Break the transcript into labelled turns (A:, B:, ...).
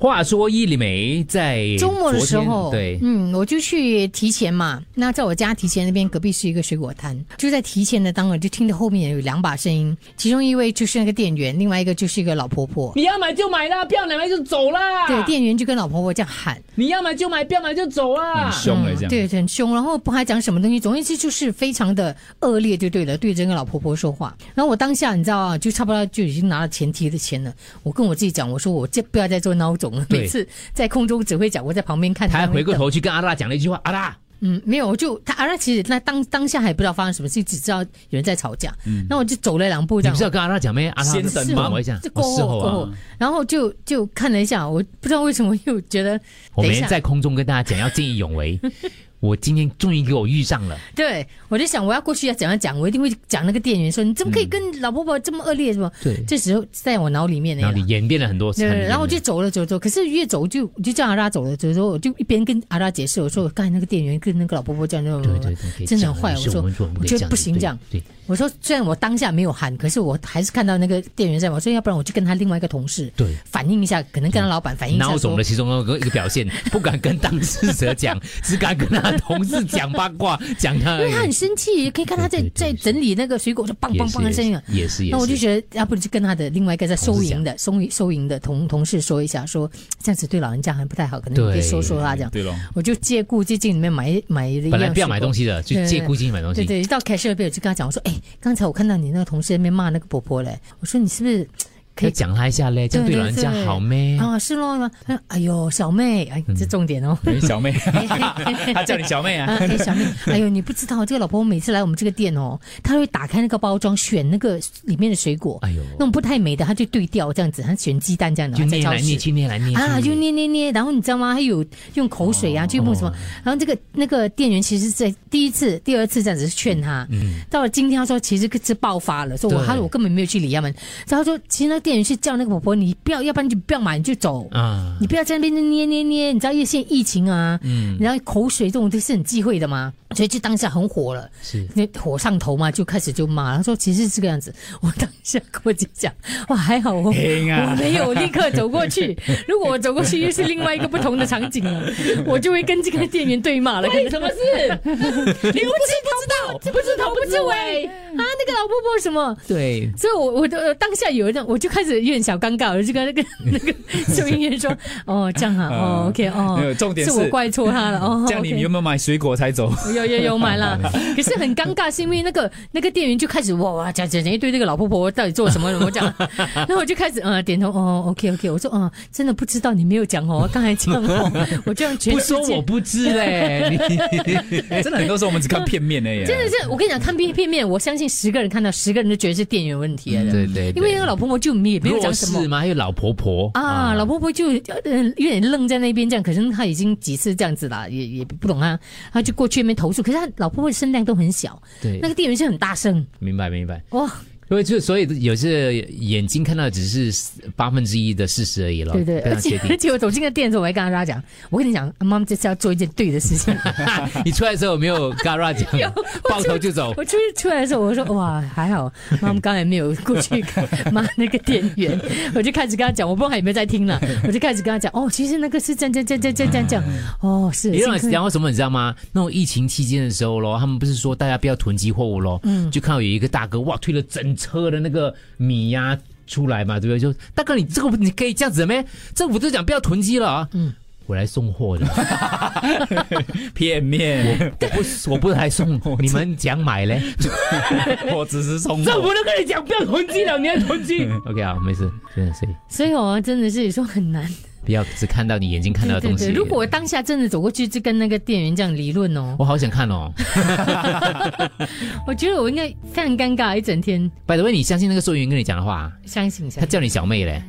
A: 话说伊里梅在
B: 周末的时
A: 昨天
B: 候，
A: 对，
B: 嗯，我就去提前嘛。那在我家提前那边隔壁是一个水果摊，就在提前的当儿就听到后面有两把声音，其中一位就是那个店员，另外一个就是一个老 婆婆。
C: 你要买就买啦，不要买就走啦。
B: 对，店员就跟老婆婆这样喊，
C: 你要买就买，不要买就走啊
A: 很。凶了这样。
B: 嗯对，很凶，然后不还讲什么东西，总而言之就是非常的恶劣，就对了，对着那个老婆婆说话。然后我当下你知道啊，就差不多就已经拿了前提的钱了。我跟我自己讲，我说我这不要再做孬种了，
A: 对
B: 每次在空中只会讲，我在旁边看。
A: 他还回过
B: 头。
A: 头去跟阿拉讲了一句话：“阿拉，
B: 嗯，没有，我就他，啊，那其实那当当下还不知道发生什么事，只知道有人在吵架。那我就走了两步这
A: 嗯你
B: 样
A: 不是。要跟阿拉讲咩？阿拉
B: 先等吗
A: 我一下
B: 这，过
A: 我
B: 后
A: 事后
B: 过
A: 啊
B: 后，，然后就就看了一下，我不知道为什么又觉得
A: 我
B: 等
A: 每
B: 一下
A: 天在空中跟大家讲要见义勇 为。我今天终于给我遇上了，
B: 对，我就想我要过去要怎样讲，我一定会讲那个店员说你怎么可以跟老婆婆这么恶劣什么？
A: 对
B: 这时候在我脑里面呢
A: 然后。你演变了很多次。
B: 对
A: 很
B: 对，
A: 严
B: 然后我
A: 厉
B: 就走了走走，可是越走就就叫阿拉走了走走，我就一边跟阿拉解释，我说刚才那个店员跟那个老婆婆这样
A: 对对对可以
B: 真的
A: 讲
B: 很坏
A: 了
B: 我
A: 是
B: 说
A: 们我们可以
B: 我觉得
A: 讲
B: 不行
A: 对
B: 这样
A: 对，
B: 我说虽然我当下没有喊，可是我还是看到那个店员在嘛，我说要不然我去跟他另外一个同事
A: 对
B: 反映一下，可能跟他老板反映一下
A: 孬
B: 说
A: 种的其中一个一个表 现，不敢跟当事者讲，只敢跟他同事讲八卦，讲他
B: 因
A: 而
B: 为他很
A: 已。
B: 生气，可以看他在
A: 哎对对对
B: 在整理那个水果，就梆梆梆的声音啊。
A: 也是也是。
B: 那我就觉得，要不然就跟他的另外一个在收银的、收银收银的同同事说一哎下，说这样子对老人家还不太好，可能你可以
A: 对
B: 说说他这样。
D: 对咯，
B: 我就借故借进里面买一买了一
A: 本来不要买
B: 西。
A: 东西的，就
B: 对对
A: 借估计买东西。
B: 对对，一到 cashier 那边我就跟他讲，我说，哎，刚才我看到你那个同事在那边骂那个婆婆嘞，我说你是不是可
A: 要
B: 以
A: 讲他一下嘞，这样对老人家好咩？
D: 哦
A: 嗯
B: 啊？是咯，他说哎呦，小妹，哎，这重点 哦。
D: 你嗯小妹，
B: 哎
D: 他叫你小妹啊。
B: 哎，小妹，哎呦，你不知道这个老婆每次来我们这个店哦，她会打开那个包装，选那个里面的水果，
A: 哎呦，
B: 那种不太美的，她就对调这样子，她选鸡蛋这样的，
A: 就
B: 在
A: 捏
B: 超
A: 来捏
B: 市。
A: 去，捏来捏去哦
B: 啊，就捏捏捏，然后你知道吗？还有用口水啊，就用什么？然后这个那个店员其实，在第一次、第二次这样子劝他，到了今天他说其实是爆发了，说我
A: 嗯对
B: 他说我根本没有去理他们。然后他说其实那个店员是叫那个婆婆，你不要，要不然你就不要买，你就走。
A: 啊
B: 你，不要在那边捏捏捏，你知道现在疫情啊，
A: 嗯
D: 嗯
B: 然后口水这种都是很忌讳的嘛，所以就当下很火了，
A: 是
B: 那火上头嘛，就开始就骂，他说其实是这个样子。我当下跟我姐讲，哇，还好哦我、
D: 行啊
B: 我没有立刻走过去，如果我走过去又是另外一个不同的场景了，我就会跟这个店员对骂了。
C: 什 么事？
B: 你不知不知道，不知头不知尾啊，那个老婆婆什么？
A: 对，
B: 所以我，我的当下有一种，我就开始有点小尴尬，我就跟那个 那 个收银员说：“哦，这样啊，哦
D: 嗯
B: ，OK，哦
D: 没，有重点
B: 是我
D: 是
B: 怪错 他了，哦，
D: 这样你
B: OK
D: 们有没有买水果才走？
B: 有有有买 了，可是很尴尬，是因为那个那个店员就开始哇哇讲讲讲一堆，那个老婆婆到底做什么什么讲，然后我就开始呃点头哦，OK OK，我说嗯，真的不知道你没有讲哦，刚才讲哦，我这样全
A: 不
B: 世
A: 说
B: 界
A: 我不知 嘞，
D: 真的很多时候我们只看片面而已啊。
B: 真的是，我跟你讲，看片片面，我相信十个人看到十个人都觉得是店员问题
D: 嗯
B: 了，
A: 对对，
B: 因为那个老婆婆就也没有
A: 弱
B: 讲什么
A: 势。吗？还有老婆婆
B: 啊，老婆婆就呃有点愣在那边这样，可是她已经几次这样子了，也也不懂啊，她就过去那边投诉，可是她老婆婆的声量都很小，
A: 对
B: 那，个店员是很大声，
A: 明白明白。
B: 哇，
A: 因为就所以有些眼睛看到的只是八分之一的事实而已了，
B: 对对，
A: 非
B: 而
A: 常确
B: 且而
A: 定。
B: 且我走进个店的时候，我还跟大家讲，我跟你讲，妈妈这次要做一件对的 事情。
A: 哦你出来的时候有没 有 gara
B: 有
A: 讲，抱头就走？
B: 我出去出来的时候，我说哇，还好妈妈刚才没有过去看妈那个店员，我就开始跟他讲，我不知道他有没有在 听了，我就开始跟他讲，哦，其实那个是这样这样这样这样这样这样，哦，是，
A: 你让
B: 幸亏
A: 然后什么你知道吗？那种疫情期间的时候咯，他们不是说大家不要囤积货物咯，就看到有一个大哥哇推了整车的那个米呀、出来嘛，对不对？就大哥你这个你可以这样子的咩？政府都讲不要囤积了啊，嗯，我来送货的，
D: 片面，
A: 我不我不来送，你们讲买嘞
D: 我只是送
C: 政府
D: 货。
C: 都跟你讲不要囤积了，你还囤 积？
A: ？OK 啊，没事，真的是
B: 所以我真的是有时候很难。
A: 不要只看到你眼睛看到的
B: 对对
A: 东西。
B: 对，如果我当下真的走过去，就跟那个店员这样理论哦，
A: 我好想看哦。
B: 我觉得我应该非常尴尬一整天。
A: By the way，你相信那个售货员跟你讲的话，
B: 相信一下
A: 他，叫你小妹嘞，